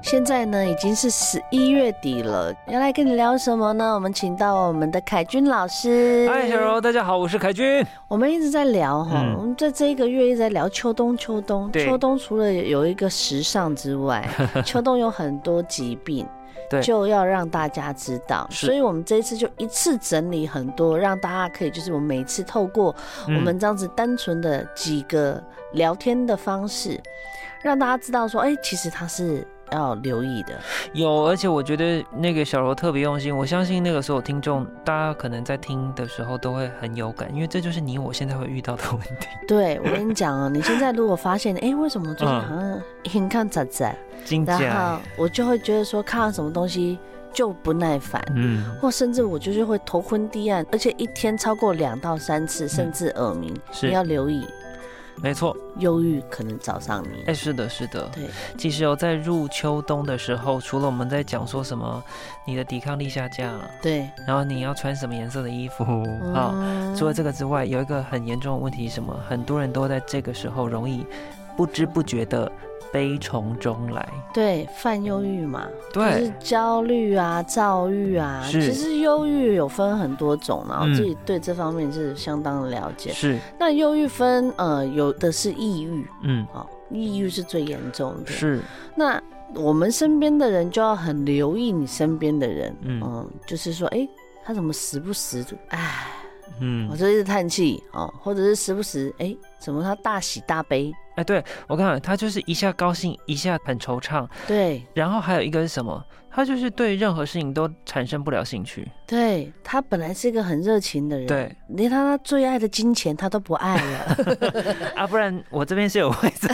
现在呢，已经是十一月底了，要来跟你聊什么呢？我们请到我们的凯军老师。嗨，小柔，大家好，我是凯军。我们一直在聊哈，嗯我们在这一个月一直在聊秋冬，秋冬，对秋冬除了有一个时尚之外， 秋冬有很多疾病，对就要让大家知道，是所以我们这一次就一次整理很多，让大家可以就是我们每次透过我嗯们这样子单纯的几个聊天的方式，让大家知道说，哎、其实它是要留意的，有，而且我觉得那个小柔特别用心，我相信那个所有听众，大家可能在听的时候都会很有感，因为这就是你我现在会遇到的 问题。对我跟你讲哦、你现在如果发现，哎、为什么我最近嗯好像很看仔仔？金然后甲，我就会觉得说看到什么东西就不耐烦，嗯，或甚至我就是会头昏低暗，而且一天超过两到三次，甚至耳鸣，你嗯是要留意，没错，忧郁可能找上你哎、。是的，是的。对，其实哦，在入秋冬的时候，除了我们在讲说什么你的抵抗力下降，对，然后你要穿什么颜色的衣服啊、嗯除了这个之外，有一个很严重的问题，什么？很多人都在这个时候容易不知不觉的悲从中来。对犯忧郁嘛，就对是，焦虑啊、躁郁啊。其是实忧郁有分很多种啦，我嗯自己对这方面是相当的了解。是，那忧郁分，呃，有的是抑郁，嗯，哦，抑郁是最严重的。是，那我们身边的人就要很留意你身边的人，嗯嗯就是说，哎、他怎么时不时的，哎，我嗯，这是叹气哦，或者是时不时，哎、怎么他大喜大悲？哎，对我看他就是一下高兴，一下很惆怅，对然后还有一个是什么？他就是对任何事情都产生不了兴趣。对，他本来是一个很热情的人，，对连他最爱的金钱他都不爱了， 啊，不然我这边是有位置。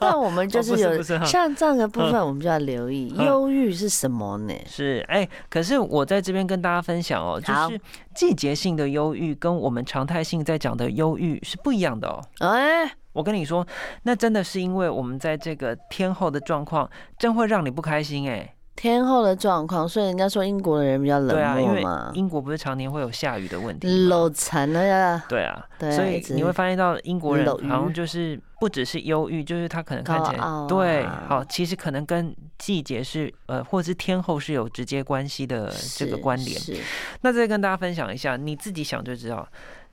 那我们就哦是不是有、不是哈像这样的部分，我们就要留意嗯忧郁是什么呢？是，哎、可是我在这边跟大家分享哦，就好是季节性的忧郁跟我们常态性在讲的忧郁是不一样的哦。哎、我跟你说，那真的是因为我们在这个天后的状况，真会让你不开心哎、天后的状况，所以人家说英国的人比较对啊，冷因漠为嘛，英国不是常年会有下雨的问题吗。搂残了呀。对啊，对啊所一以直你会发现到英国人冷好像就是不只是忧郁，就是他可能看起来、高傲啊对，好，其实可能跟季节是呃，或是天后是有直接关系的呃这是个关联。是那再跟大家分享一下，你自己想就知道。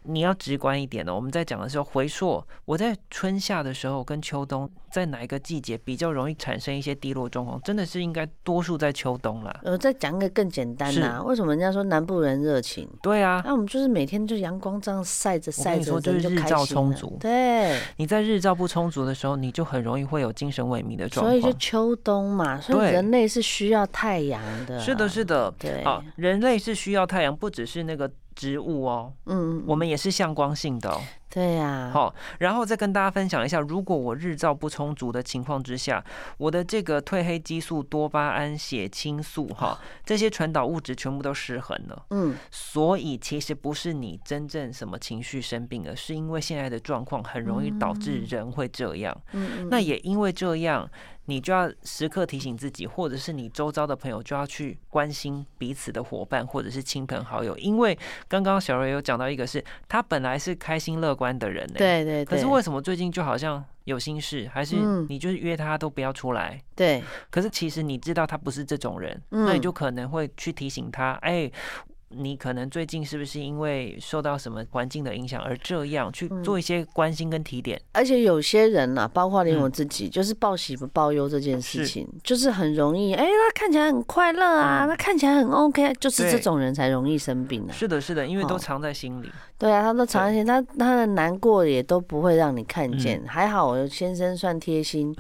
你要直观一点哦。我们在讲的时候，回溯我在春夏的时候跟秋冬，在哪一个季节比较容易产生一些低落状况？真的是应该多数在秋冬啦。我呃再讲一个更简单呐、为什么人家说南部人热情？对啊那、，我们就是每天就阳光这样晒着晒着，我跟你人说就是开日照心充了足对，你在日照不充足的时候，你就很容易会有精神萎靡的状所以就况。秋冬嘛，所以对人类是需要太阳的、是的，是的，的。啊对，好，人类是需要太阳，不只是那个植物哦，嗯，我们也是向光性的、哦。对呀、好，然后再跟大家分享一下，如果我日照不充足的情况之下，我的这个褪黑激素、多巴胺、血清素哈，这些传导物质全部都失衡了。嗯，所以其实不是你真正什么情绪生病了，是因为现在的状况很容易导致人会这样。嗯嗯，那也因为这样，你就要时刻提醒自己，或者是你周遭的朋友就要去关心彼此的伙伴或者是亲朋好友，因为刚刚小瑞有讲到一个是，他本来是开心乐观的人呢、对对对，可是为什么最近就好像有心事，还是嗯你就是约他都不要出来？对可是其实你知道他不是这种人，嗯那你就可能会去提醒他，哎、你可能最近是不是因为受到什么环境的影响而这样去嗯做一些关心跟提点？而且有些人呐、包括连我嗯自己，就是报喜不报忧这件事是情，就是很容易。哎、他看起来很快乐啊，嗯他看起来很 OK，啊就是这对种人才容易生病啊。是的，是的，因为哦都藏在心里。对啊，他都藏在心，他他的难过也都不会让你看嗯见。还好我先生算贴 心，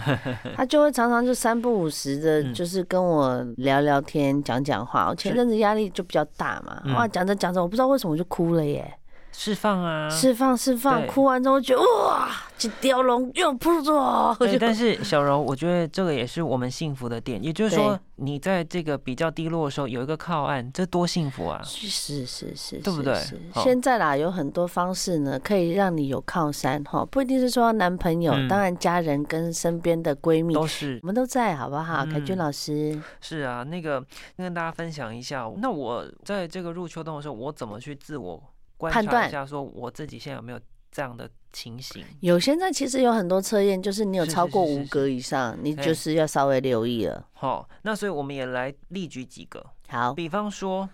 他就会常常就三不五时的，嗯就是跟我聊聊天、讲讲话。我前阵子压力就比较大嘛，嗯哇，讲着讲着，我不知道为什么我就哭了耶。释放啊，释放释放，对哭完之后觉得哇，这雕龙又扑着， 对，就但是小柔，我觉得这个也是我们幸福的点，也就是说，你在这个比较低落的时候有一个靠岸，这多幸福啊！是是是是，对不是对哦是好现在啦，有很多方式呢，可以让你有靠山哈，不一定是说要男朋友，嗯当然家人跟身边的闺蜜，都是我们都在，好不好？凯君嗯老师，是啊，那个跟大家分享一下，那我在这个入秋冬的时候，我怎么去自我观判察断一下，说我自己现在有没有这样的情形？有现在其实有很多测验，就是你有是超是过是五是格以上，你哎就是要稍微留意了。好，那所以我们也来例举几个，好，比方说，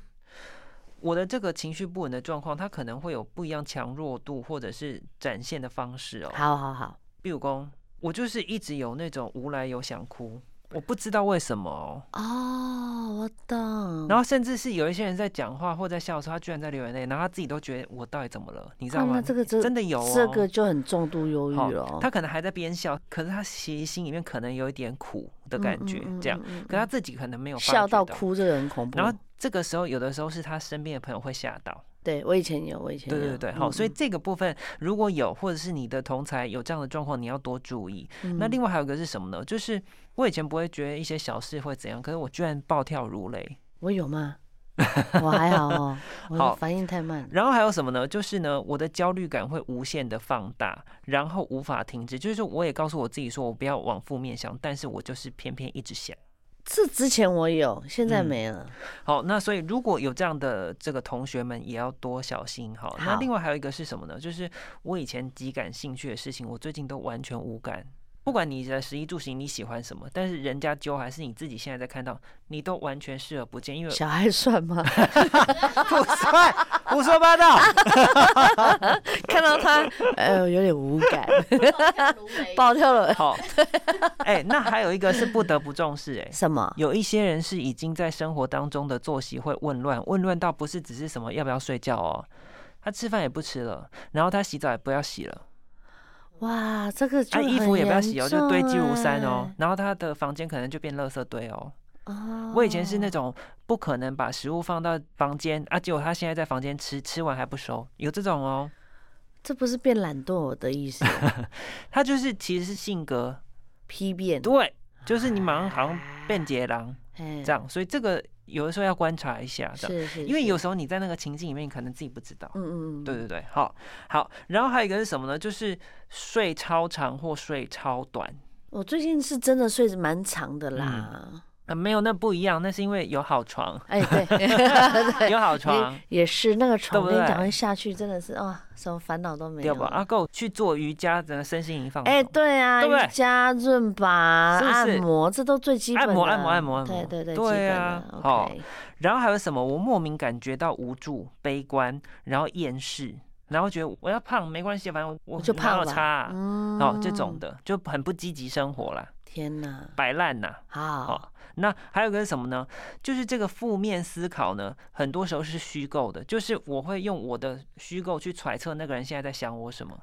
我的这个情绪不稳的状况，它可能会有不一样强弱度，或者是展现的方式哦。好好好，比如说，我就是一直有那种无来由想哭，我不知道为什么哦、哦，我懂。然后甚至是有一些人在讲话或在笑的时候，他居然在流眼泪，然后他自己都觉得我到底怎么了，你知道啊吗？那这个这真的有、哦、这个就很重度忧郁好了哦，他可能还在边笑，可是他其实心里面可能有一点苦的感觉，这样，哦嗯嗯嗯可他自己可能没有发笑觉到。哭，嗯这个很恐怖。然后这个时候，有的时候是他身边的朋友会吓到，对我以前有，我以前对对有嗯对，好，所以，这个部分如果有，或者是你的同才有这样的状况，你要多注意。那另外外还有一个是什么呢？就是我以前不会觉得一些小事会怎样，可是我居然暴跳如雷。我有 吗？我还好哦，我的好反应太慢。然后还有什么呢？就是呢，我的焦虑感会无限的放大，然后无法停止。就是说我也告诉我自己说，我不要往负面想，但是我就是偏偏一直想。这之前我有，现在嗯没了。好，那所以如果有这样的这个同学们，也要多小心哈。好那另外还有一个是什么呢？就是我以前极感兴趣的事情，我最近都完全无感。不管你的食衣住行你喜欢什么，但是人家揪还是你自己现在在看到，你都完全视而不见，因为小孩算吗？ 不算胡说八道。 看到他，哎呦，有点无 感，暴跳了。好， 哎、那还有一个是不得不重视、哎。什么？有一些人是已经在生活当中的作息会混乱，混乱到不是只是什么要不要睡觉哦，他吃饭也不吃了，然后他洗澡也不要洗了，哇，这个就他、衣服很也不要严洗哦，重就堆积如山哦哎。。然后他的房间可能就变垃圾堆哦。哦我以前是那种不可能把食物放到房间啊，结果他现在在房间吃，吃完还不收，有这种哦。 这不是变懒惰的意思，他就是其实是性格，批变。对，就是你马上好像变杰狼哎这，样，所以这个有的时候要观察一下，这样，是是，因为是有，时候你在那个情境里面，你可能自己不知道。嗯嗯嗯，对，对对，好好，然后还有一个是什么呢？就是睡超长或睡超短。我最近是真的睡得蛮长的啦。啊，没有，那不一样，那是因为有好床，哎，对， 对 有好床，也也是那个床，我对不跟你讲，对会下去真的是哇，什么烦恼都没对有吧？阿了。够去做瑜伽，整个身心一放松。哎，对啊，对不对瑜伽、润吧、是不按是摩，这都最基本的。按摩按摩按摩按对摩对对，基对本啊的。好 OK，然后还有什么？我莫名感觉到无助、悲观，然后厌世，然后觉得我要胖没关系，反正我我就哪胖有吧差、啊。嗯哦，这种。的就很不积极生活啦，天哪，摆烂呐、好，好，那还有个是什么呢？就是这个负面思考呢，很多时候是虚构的，就是我会用我的虚构去揣测那个人现在在想我什么。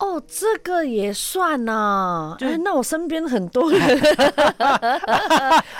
哦，这个也算呐、就哎，那我身边很 多人，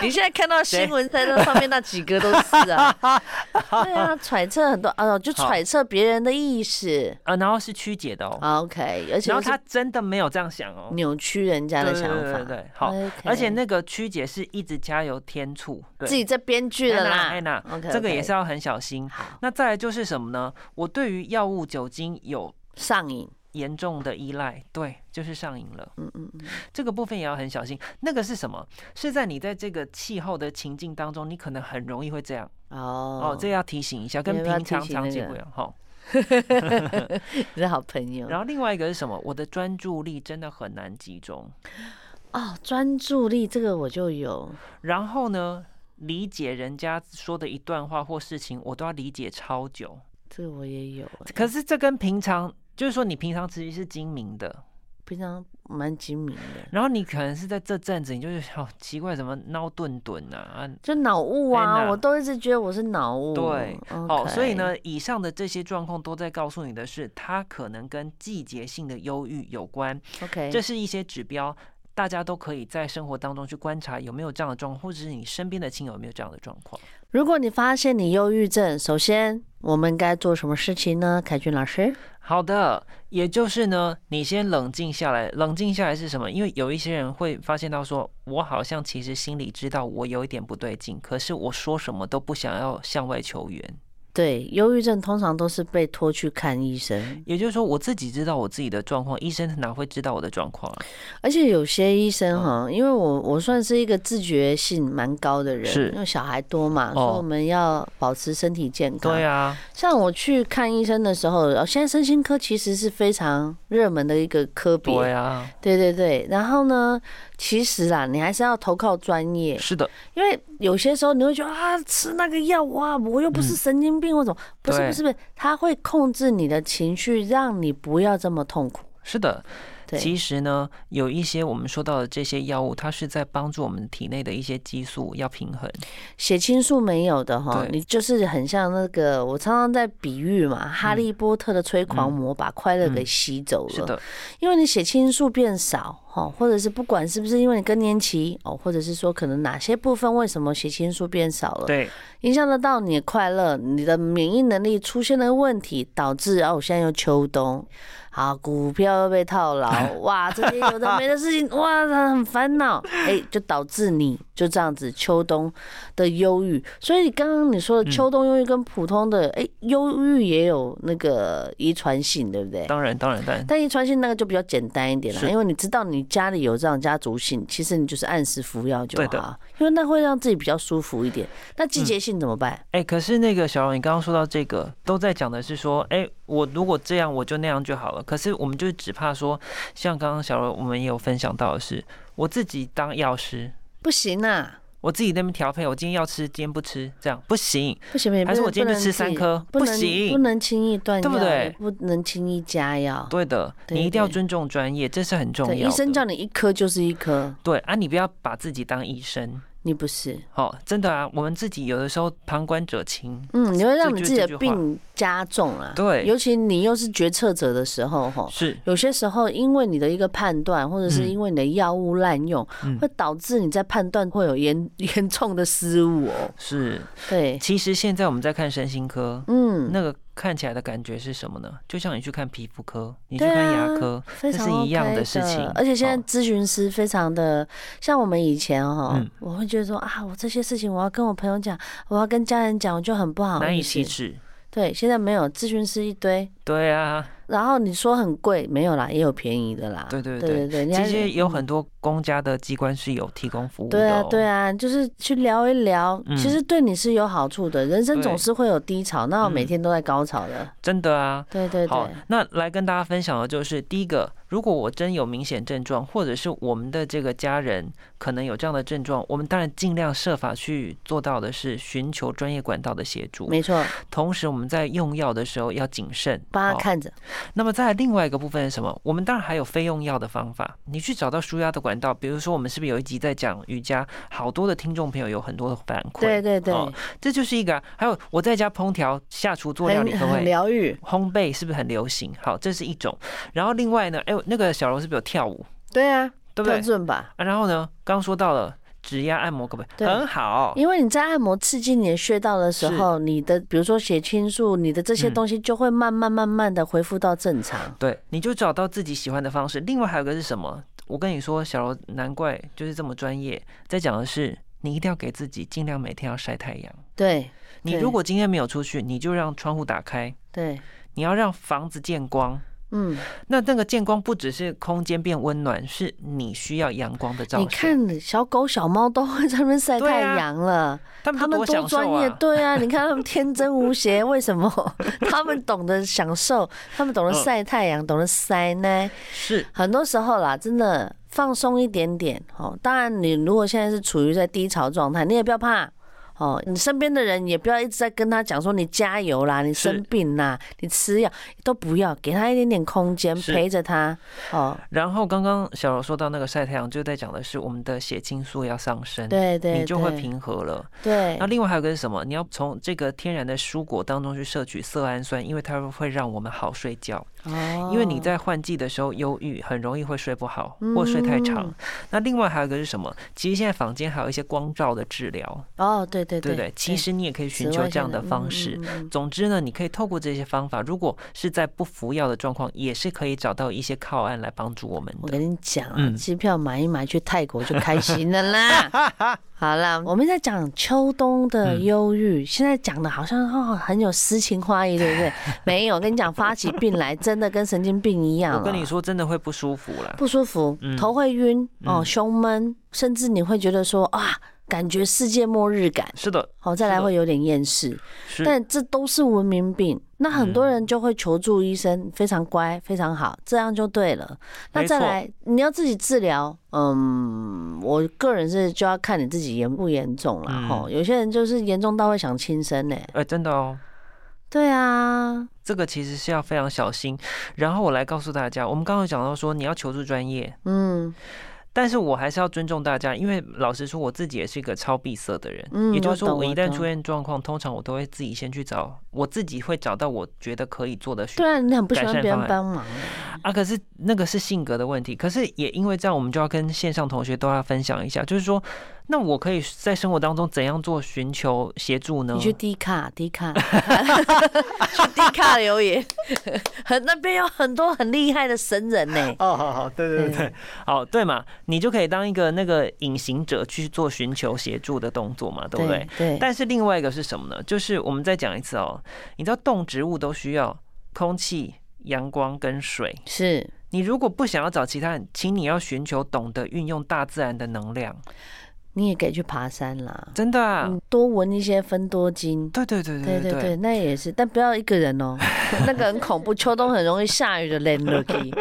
你现在看到新闻在那上面那几个都是啊， 对啊，揣测很多，啊，就好揣测别人的意思。啊，然后是曲解的哦， OK，而且然后是他真的没有这样想哦。扭曲人家的对想法，对对对对好 OK 而且那个曲解是一直加油添醋，对自己在编剧了啦。安娜安 OK，娜，这个也是要很小心。好那再来就是什么呢？我对于药物、酒精有上瘾，严重的依赖，对，就是上瘾了。嗯嗯嗯，这个部分也要很小心。那个是什么？是在你在这个气候的情境当中，你可能很容易会这样哦哦，这要提醒一下，要跟不要平常提醒长那期个不一样哈。 你是好朋友然后另外一个是什么？我的专注力真的很难集中。哦，专注力这个我就有，然后呢，理解人家说的一段话或事情，我都要理解超久。这个我也有、欸，可是这跟平常，就是说你平常其实是精明的，平常蛮精明的，然后你可能是在这阵子，你就是好、哦、奇怪，怎么孬顿顿啊？啊就脑雾哎啊，那我都一直觉得我是脑雾。对 o 好，所以，呢，以上的这些状况都在告诉你的是，它可能跟季节性的忧郁有关， ，OK，这是一些指标。大家都可以在生活当中去观察有没有这样的状况，或者是你身边的亲友有没有这样的状况。如果你发现你忧郁症，首先我们该做什么事情呢？凯俊老师，好的，也就是呢，你先冷静下来。冷静下来是什么？因为有一些人会发现到说，我好像其实心里知道我有一点不对劲，可是我说什么都不想要向外求援。对，忧郁症通常都是被拖去看医生，也就是说，我自己知道我自己的状况，医生哪会知道我的状况啊？而且有些医嗯生哈，因为我我算是一个自觉性蛮高的人，是哦因为小孩多嘛，所以我们要保持身体健康。对啊，像我去看医生的时候，呃现在身心科其实是非常热门的一个科别，对啊，对对对。然后呢，其实啊，你还是要投靠专业，是的，因为有些时候你会觉得啊，吃那个药哇，我又不是神经病或什么，不是嗯对不是不是，它会控制你的情绪，让你不要这么痛苦。是的。对其实呢，有一些我们说到的这些药物，它是在帮助我们体内的一些激素要平衡。血清素没有的哈，对嗯你就是很像那个，我常常在比喻嘛，哈利波特的催狂魔把快乐给吸走嗯是了，的，因为你血清素变少哈，或者是不管是不是因为你更年期哦，或者是说可能哪些部分为什么血清素变少了，呃对，影响得到你的快乐，你的免疫能力出现了问题，导致哦，现在又秋冬，好，股票又被套 牢，哇，这些有的没的事情，哇，很烦恼，哎，就导致你就这样子秋冬的忧郁。所以刚刚你嗯说的秋冬忧郁跟普通的哎忧郁也有那个遗传性，对不对？当然，当然，当然，但遗传性那个就比较简单一点了，是因为你知道你家里有这样家族性，其实你就是按时服药就对的嗯好，因为那会让自己比较舒服一点。那季节性怎么办？哎、可是那个小荣，你刚刚说到这个，都在讲的是说，哎、我如果这样，我就那样就好了。可是我们就只怕说，像刚刚小荣我们也有分享到的是，我自己当药师，不行啊，我自己在那边调配，我今天要吃，今天不吃，这样不行。不行不行，还是不能我今天就吃三，颗，不能不自己行，不能不能轻易断药，对不对也不能轻易加药。对的，对你一定要对尊重专业，这是很重对，要医生的。叫你一颗就是一颗，对啊，你不要把自己当医生，你不是，好、真的啊，我们自己有的时候旁观者清。嗯，你会让你就自己这的句话病加重啊。对尤其你又是决策者的时候，吼，是有些时候因为你的一个判断，或者是嗯因为你的药物滥用，嗯会导致你在判断会有严 严重的失误哦。是，对，其实现在我们在看身心科，嗯，那个看起来的感觉是什么呢？就像你去看皮肤科，你去对看啊牙科，非常这是一样 OK 的事情而且现在哦咨询师非常的，像我们以前哈、嗯我会觉得说啊，我这些事情我要跟我朋友讲，我要跟家人讲，我就很不好难以意启思。齿。对，现在没有咨询师一堆，对啊，然后你说很贵，没有啦，也有便宜的啦。对对对对对，你其还实有很多公家的机关是有提供服务的、嗯对啊哦。，对啊，啊，就是去聊一聊，嗯其实对你是有好处的。人生对总是会有低潮，那我每嗯天都在高潮的。真的啊。对对好对，，那来跟大家分享的就是第一个，如果我真有明显症状，或者是我们的这个家人可能有这样的症状，我们当然尽量设法去做到的是寻求专业管道的协助。没错，同时，我们在用药的时候要谨慎。帮他哦看着。那么在另外一个部分是什么？我们当然还有非用药的方法，你去找到舒压的管道，比如说我们是不是有一集在讲瑜伽，好多的听众朋友有很多的反馈，对对对，哦这就是一个、啊。还有我在家烹调、下厨做料理很都很会。疗愈。烘焙是不是很流行？好，这是一种。然后另外呢，哎、那个小柔是不是有跳舞？对啊，对不特对？准吧，啊、然后呢，刚说到了指压按摩，可不可以？对很好，因为你在按摩刺激你的穴道的时候，你的比如说血清素，你的这些嗯东西就会慢慢慢慢的恢复到正常。对，你就找到自己喜欢的方式。另外还有一个是什么？我跟你说，小柔难怪就是这么专业，在讲的是你一定要给自己尽量每天要晒太阳。对你对如果今天没有出去，你就让窗户打开，对，你要让房子见光。嗯，那那个见光不只是空间变温暖，是你需要阳光的照射。你，看小狗小猫都会在那边晒对太啊阳了。他们他都们多多享专受业，啊！对 啊，你看他们天真无邪，为什么？ 他们懂得享受，他们懂得晒太阳，懂得晒呢。是很多时候啦，真的放松一点点哦。当然，你如果现在是处于在低潮状态，你也不要怕哦，你身边的人也不要一直在跟他讲说你加油啦，你生病啦，你吃药都不要，给他一点点空间，是陪着他。哦，然后刚刚小柔说到那个晒太阳，就在讲的是我们的血清素要上升，对对对，嗯你就会平和了。对那，另外还有个是什么？你要从这个天然的蔬果当中去摄取色氨酸，因为它会让我们好睡觉。哦因为你在换季的时候忧郁，很容易会睡不好或睡太长。嗯那另外还有一个是什么？其实现在坊间还有一些光照的治疗，哦，对对嗯对不对？其实你也可以寻求这样的方式。总之呢，你可以透过这些方法，如果是在不服药的状况，也是可以找到一些靠岸来帮助我们我的。跟你讲啊，嗯机票买一买去泰国就开心了啦。 好啦，我们在讲秋冬的忧郁，现在讲的好像哦很有诗情画意，对不 对？没有，我跟你讲，发起病来真的跟神经病一样。啊我跟你，说，真的会不舒服啦。不舒服，嗯头会晕哦，嗯胸闷，甚至你会觉得说啊，感觉世界末日感。是的，哦，再来是的会有点厌世，是但这都是文明病。那很多嗯人就会求助医生，非常乖，非常好，这样就对了。那没再错来，你要自己治疗，嗯，我个人是就要看你自己严不严重啦。嗯吼、有些人就是严重到会想轻生呢、呃，真的哦。对啊，这个其实是要非常小心，然后我来告诉大家，我们刚刚有讲到说你要求助专业，嗯但是我还是要尊重大家，因为老实说，我自己也是一个超闭塞的人，嗯也就是我说，懂我一我旦懂出现状况，通常我都会自己先去找，我自己会找到我觉得可以做的选对啊，你很不喜改欢善别人方案帮忙，啊。可是那个是性格的问题，可是也因为这样，我们就要跟线上同学都要分享一下，就是说，那我可以在生活当中怎样做寻求协助呢你？去低卡低 卡， 去低卡留言， 很那边有很多很厉害的神人呢、哦，好好，对对对对，好，对嘛，你就可以当一个那个隐形者去做寻求协助的动作嘛，对不对？对，但是另外一个是什么呢？就是我们再讲一次哦，你知道动植物都需要空气、阳光跟水。是你如果不想要找其他人，请你要寻求懂得运用大自然的能量，你也可以去爬山啦，真的啊！嗯，多闻一些分多精。对对对对对对对对，那也是，但不要一个人 哦，那个很恐怖，秋冬很容易下雨的 l a n d y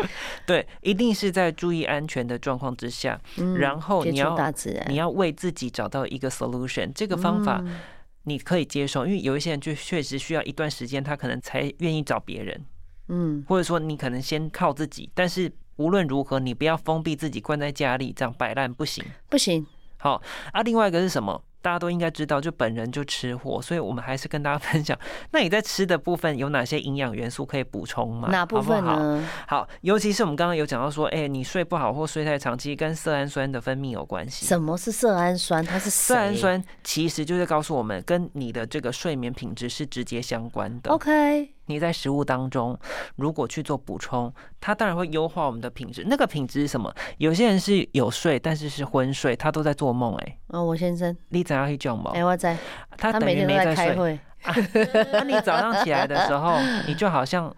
对，一定是在注意安全的状况之下，嗯 然后接你触要大自然，你要为自己找到一个 solution。这个方法嗯你可以接受，因为有一些人就确实需要一段时间，他可能才愿意找别人。嗯，或者说你可能先靠自己，但是无论如何，你不要封闭自己，关在家里这样摆烂不行。不行，好啊，另外一个是什么？大家都应该知道，就本人就吃货，所以我们还是跟大家分享。那你在吃的部分有哪些营养元素可以补充吗？哪部分好不好？呢？好，尤其是我们刚刚有讲到说，哎、你睡不好或睡太长，其实跟色氨酸的分泌有关系。什么是色氨酸？它是色氨谁酸其实就是告诉我们，跟你的这个睡眠品质是直接相关的。 ？OK，你在食物当中如果去做补充，它当然会优化我们的品质。那个品质是什么？有些人是有睡，但是是昏睡，他都在做梦、欸。哎，哦，我先生，你早上去叫梦哎，，我在，哦他他等每于天没都在开睡。会， 那你早上起来的时候，你就好像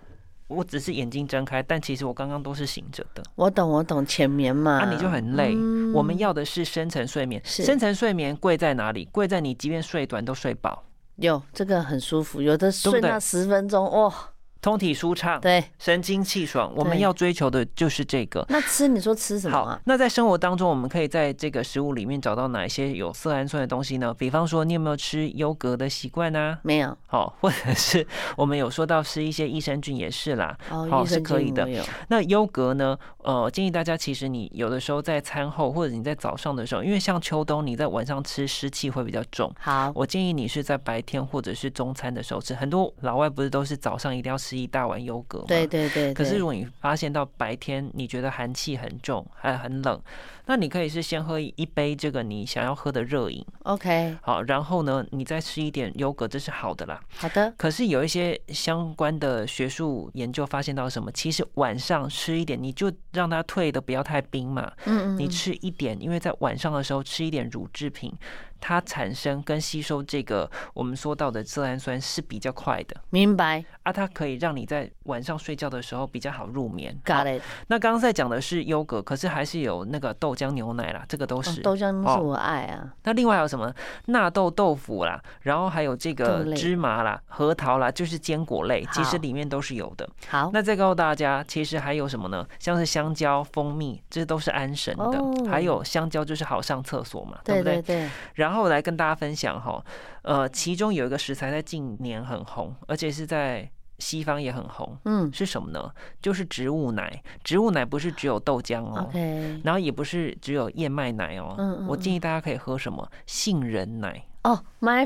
我只是眼睛睁开，但其实我刚刚都是醒着的。我懂，我懂，浅眠嘛，啊，你就很累。嗯我们要的是深层睡眠，是深层睡眠贵在哪里？贵在你即便睡短都睡饱，有这个很舒服，有的不睡对那十分钟，哦，通体舒畅，对，神清气爽。我们对要追求的就是这个。那吃你说吃什么好啊？，那在生活当中，我们可以在这个食物里面找到哪一些有色氨酸的东西呢？比方说，你有没有吃优格的习惯呢？没有，好， 或者是我们有说到是一些益生菌也是啦。哦，好益是生可以菌的我有，那优格呢？呃，建议大家其实你有的时候在餐后或者你在早上的时候，因为像秋冬你在晚上吃湿气会比较重，好，我建议你是在白天或者是中餐的时候吃。很多老外不是都是早上一定要吃一大碗优格吗？对对对，可是对如果你发现到白天你觉得寒气很重，还很冷，那你可以是先喝一杯这个你想要喝的热饮， OK，好，然后呢，你再吃一点优格，这是好的啦。好的，可是有一些相关的学术研究发现到什么？其实晚上吃一点，你就让它退的不要太冰嘛，嗯嗯，你嗯吃一点，因为在晚上的时候吃一点乳制品，它产生跟吸收这个我们说到的色氨酸是比较快的。明白，啊，它可以让你在晚上睡觉的时候比较好入眠。 Got it，那刚刚在讲的是优格，可是还是有那个豆浆牛奶啦，这个都哦是。豆浆哦是我爱啊，那另外还有什么纳豆豆腐啦，然后还有这豆个类芝麻啦、核桃啦，就是坚果类，其好哦实里面都是有的。好，那再告诉大家，其实还有什么呢？像是香蕉、蜂蜜，这都是安神的。哦还有香蕉就是好上厕所嘛，对不对对？对，然后来跟大家分享哈，呃，其中有一个食材在近年很红，而且是在西方也很红，嗯是什么呢？就是植物奶。植物奶不是只有豆浆哦。 ，OK，然后也不是只有燕麦奶哦，嗯嗯我建议大家可以喝什么杏仁奶哦，My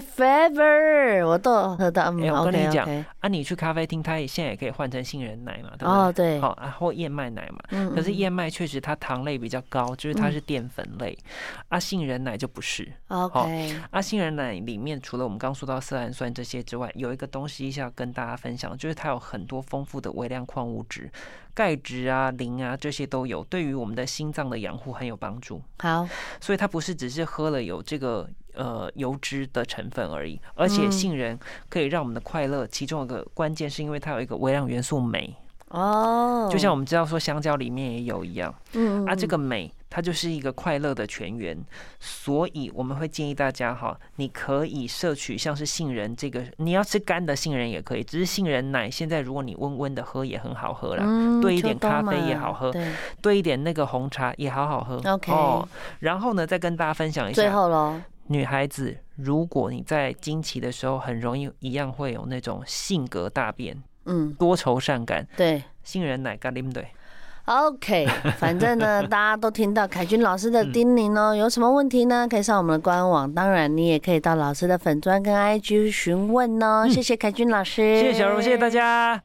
favorite，我都有喝到，嗯哎我跟你，OK 讲 OK，啊，你去咖啡厅，它也现在也可以换成杏仁奶嘛，对不对？哦对，好、啊，或燕麦奶嘛。嗯可是嗯燕麦确实它糖类比较高，就是它嗯是淀粉类，啊，杏仁奶就不是。 OK，啊，杏仁奶里面除了我们刚说到色氨酸这些之外，有一个东西是要跟大家分享，就是它有很多丰富的微量矿物质、钙质啊、磷啊这些都有，对于我们的心脏的养护很有帮助。好，所以它不是只是喝了有这个呃油脂的成分而已，而且嗯杏仁可以让我们的快乐，其中一个关键是因为它有一个微量元素镁，哦，就像我们知道说香蕉里面也有一样。嗯啊，这个美它就是一个快乐的泉源，所以我们会建议大家哈，你可以摄取像是杏仁这个，你要吃干的杏仁也可以，只是杏仁奶现在如果你温温的喝也很好喝啦，嗯兑一点秋冬咖啡嘛也好喝对，兑一点那个红茶也好好喝。哦 OK 然后呢，再跟大家分享一最下，后喽，女孩子如果你在经期的时候很容易一样会有那种性格大变、嗯，多愁善感，对。杏仁奶咖喱对。 OK，反 正呢，大家都听到凯军老师的嗯叮咛哦。有什么问题呢？可以上我们的官网，当然你也可以到嗯老师的粉砖跟 IG 询问哦。谢谢凯军老师，谢谢小茹，谢谢大。家。